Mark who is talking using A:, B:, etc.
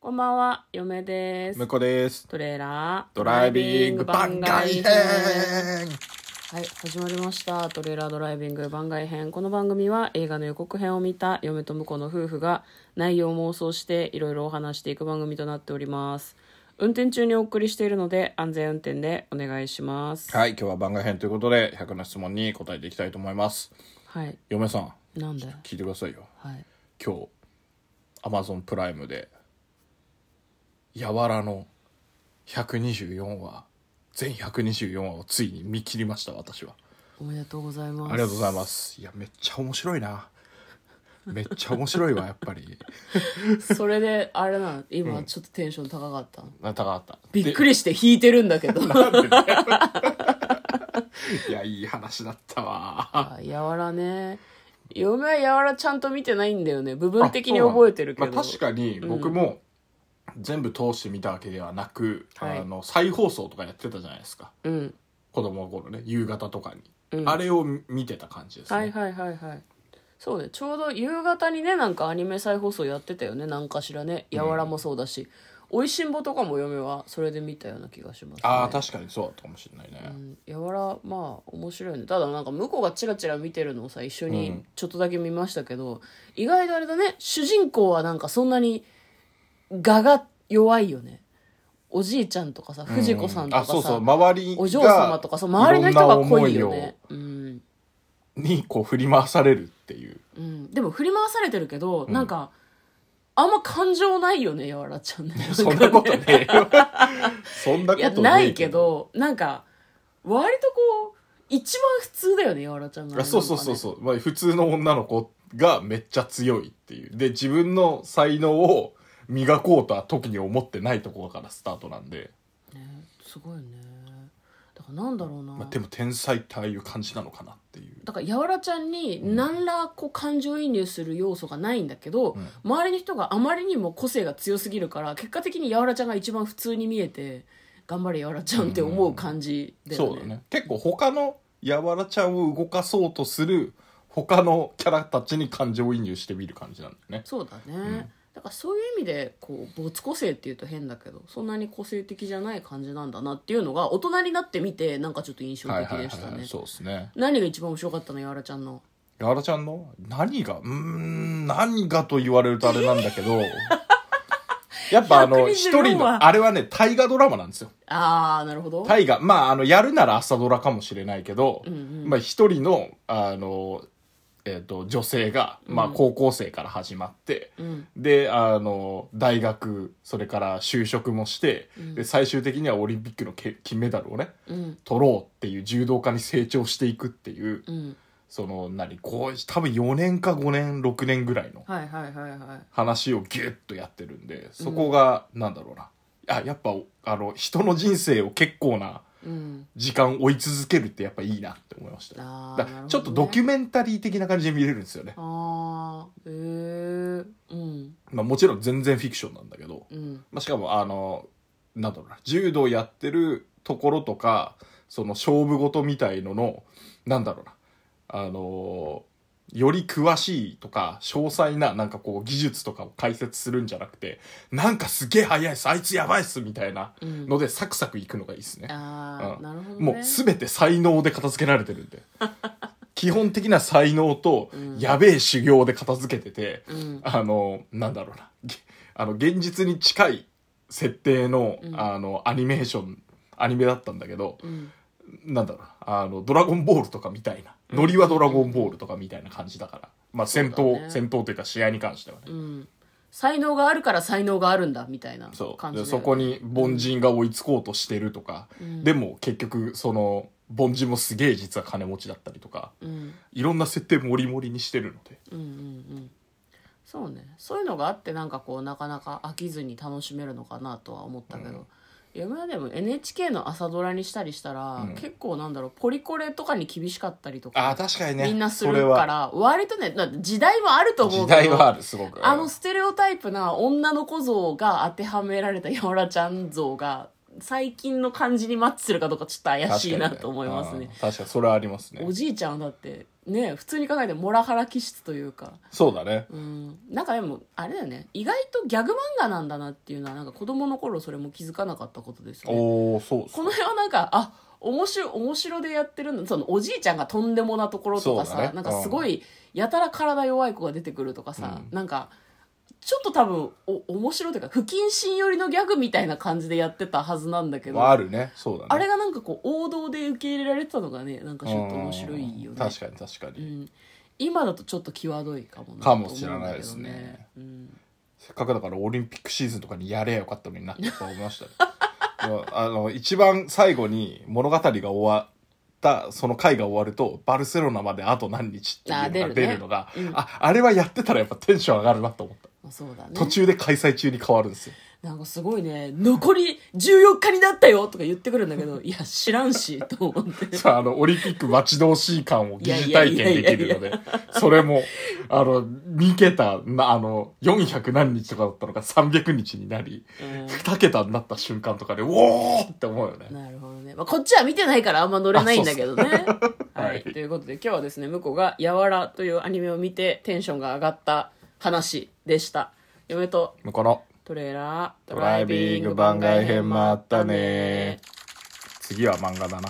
A: こんばんは、嫁です
B: 向。こうです。
A: トレーラー
B: ドライビング番外編
A: はい、始まりました。トレーラードライビング番外編。この番組は映画の予告編を見た嫁と婿の夫婦が内容を妄想していろいろお話していく番組となっております。運転中にお送りしているので安全運転でお願いします。
B: はい、今日は番外編ということで、100の質問に答えていきたいと思います。
A: はい。
B: 嫁さん、
A: なんで
B: 聞いてくださいよ。
A: はい。
B: 今日、Amazon プライムで、やわらの124話、全124話をついに見切りました、私は。
A: おめでとうございます。
B: ありがとうございます。いや、めっちゃ面白いな。めっちゃ面白いわ、やっぱり。
A: それで、あれなの、今ちょっとテンション高かったの、
B: な高かった。
A: びっく
B: り
A: りして弾いてるんだけど。
B: いや、いい話だったわ。
A: あやわらね嫁はやわらちゃんと見てないんだよね部分的に覚えてるけど、
B: あそうなんだまあ確かに僕も全部通して見たわけではなく、
A: はい
B: あの再放送とかやってたじゃないですか
A: うん
B: 子供の頃ね夕方とかに、
A: うん
B: あれを見てた感じですね、
A: はいはいはいはいそうねちょうど夕方にねなんかアニメ再放送やってたよねなんかしらねやわらもそうだし「おいしんぼ」とかも嫁はそれで見たような気がします、ね、
B: ああ確かにそうだったかもしれないね、
A: うんやわらまあ面白いよねただなんか向こうがチラチラ見てるのをさ一緒
B: う
A: に
B: ん
A: ちょっとだけ見ましたけど、意外とあれだね主人公はなんかそんなに我が弱いよねおじいちゃんとかさ藤子さんとか
B: あ
A: さ、
B: そうそう周りが
A: お嬢様とかさ周りの人が濃いよ
B: ろんな
A: ねうん、
B: 思いをにこう振り回されるっていう
A: うん、でも振り回されてるけど、なんかあんま感情ないよねやわらちゃんね
B: そんなことねえよそんないこ
A: や
B: とねえ
A: ないけどなんか割とこう一番普通だよねやわらちゃんが、
B: あそうそうそうそう、まあ、普通の女の子がめっちゃ強いっていうで自分の才能を磨こうとは時に思ってないところからスタートなんで、
A: ねすごいねだからなんだろうな、
B: まあ、でも天才ってああいう感じなのかなっていう
A: だからやわらちゃんに何らこう感情移入する要素がないんだけど、
B: うん
A: 周りの人があまりにも個性が強すぎるから結果的にやわらちゃんが一番普通に見えて頑張れやわらちゃんって思う感じだよね,、
B: そうだね結構他のやわらちゃんを動かそうとする他のキャラたちに感情移入してみる感じなんだよね
A: そうだね、
B: ん
A: だからそういう意味でこう没個性っていうと変だけどそんなに個性的じゃない感じなんだなっていうのが大人になってみてなんかちょっと印象
B: はい
A: 的
B: はい
A: で
B: は
A: したね、
B: い、はい、そうですね
A: 何が一番面白かったのやわらちゃんの
B: やわらちゃんの何がうーん何がと言われるとあれなんだけ どやっぱあの
A: 124
B: 一人
A: は
B: のあれはね大河ドラマなんですよ
A: ああなるほど
B: 大河まああのやるなら朝ドラかもしれないけど、
A: うんうん
B: まあ、一人のあの、えっと女性が、まあ、
A: うん
B: 高校生から始まって、
A: うん
B: であの大学それから就職もして、
A: うん
B: で最終的にはオリンピックのけ金メダルをね
A: うん
B: 取ろうっていう柔道家に成長していくっていう、
A: うん
B: その何こう多分4年か5年6年ぐらいの
A: はいはいはいはい
B: 話をギュッとやってるんでそこがなんだろうな、あやっぱあの人の人生を結構な
A: うん、
B: 時間追い続けるってやっぱいいなって思いました、
A: あー
B: だからちょっとドキュ
A: なる
B: メンタリー的な感じで見れるんですよね、
A: ほどねあーへえうん
B: まあ、もちろん全然フィクションなんだけど、
A: うん
B: まあ、しかもあのなんだろうな柔道やってるところとかその勝負事みたいののなんだろうなあのより詳しいとか詳細ななんかこう技術とかを解説するんじゃなくてなんかすげえ速いっすあいつやばいっすみたいな
A: うん
B: のでサクサクいくのがいいですね、
A: ああ、
B: うん
A: なるほどね
B: もう全て才能で片付けられて るんで基本的な才能と
A: うん
B: やべえ修行で片付けてて、
A: うん
B: あのなんだろうな げあの現実に近い設定の,、
A: うん
B: あのアニメーションアニメだったんだけど
A: うん
B: なんだろうなあの「ドラゴンボール」とかみたいな「ノリはドラゴンボール」とかみたいな感じだから、まあ、戦
A: そう
B: 闘、
A: だね
B: 戦闘というか試合に関してはね、
A: うん才能があるから才能があるんだみたいな感じだ
B: そ
A: よ
B: う
A: ね
B: でそこに凡人が追いつこうとしてるとか、
A: うん
B: でも結局その凡人もすげえ実は金持ちだったりとか
A: うん
B: いろんな設定もりもりにしてるので
A: うんうんうんそうねそういうのがあってなんかこうなかなか飽きずに楽しめるのかなとは思ったけど、嫁はでも NHK の朝ドラにしたりしたら、
B: うん
A: 結構なんだろうポリコレとかに厳しかったりとか
B: ああ確かにね
A: みんなす
B: それ
A: る
B: は
A: から割とねだって時代もあると思う
B: 時
A: けど
B: 代はあるすごく
A: あのステレオタイプな女の子像が当てはめられたやわらちゃん像が最近の感じにマッチするかどうかちょっと怪しいな
B: 確かにね
A: と思いますね
B: あー確かにそれはありますね
A: おじいちゃんはだってね普通に考えてモラハラ気質というか
B: そうだね
A: うんなんかでもあれだよね意外とギャグ漫画なんだなっていうのはなんか子供の頃それも気づかなかったことですよね
B: おおそう
A: こ
B: そう
A: の辺はなんかあ面白面白でやってるんだそのおじいちゃんがとんでもなところとか
B: そ
A: さ
B: う、だね
A: なんかすごいやたら体弱い子が出てくるとかさ、
B: う
A: なんかちょっと多分お面白いというか不謹慎寄りのギャグみたいな感じでやってたはずなんだけど、
B: まああるねそうだね
A: あれがなんかこう王道で受け入れられてたのがねなんかちょっと面白いよ
B: うん
A: ね
B: 確かに確か
A: う
B: に、
A: ん、今だとちょっと際どいかもな
B: かもしれないですね
A: と思うんだけどね
B: せっかくだからオリンピックシーズンとかにやればよかったのになって思いま したねいやあの一番最後に物語が終わったその回が終わるとバルセロナまであと何日っていうの
A: あ
B: が
A: 出るね
B: 出るのがあ,、
A: うん
B: あれはやってたらやっぱテンション上がるなと思った
A: うん、そうだね
B: 途中で開催中に変わるんですよ
A: なんかすごいね残り14日になったよとか言ってくるんだけ どいや知らんしと思って
B: さあ、あの、オリンピック待ち遠しい感を疑似体
A: いやい
B: 験できるの
A: やいやい
B: で、それも、あの、2桁、なあの、400何日とかだったのが300日になり、
A: うん
B: 2桁になった瞬間とかで、おーって思うよね。
A: なるほどね、まあ、こっちは見てないからあんま乗れないんだけどねは
B: はいい
A: ということで今日はですね向こうが「やわら」というアニメを見てテンションが上がった話でした嫁と
B: 向こうの、
A: トレーラード
B: ドライビング番外編もあったね次は漫画だな。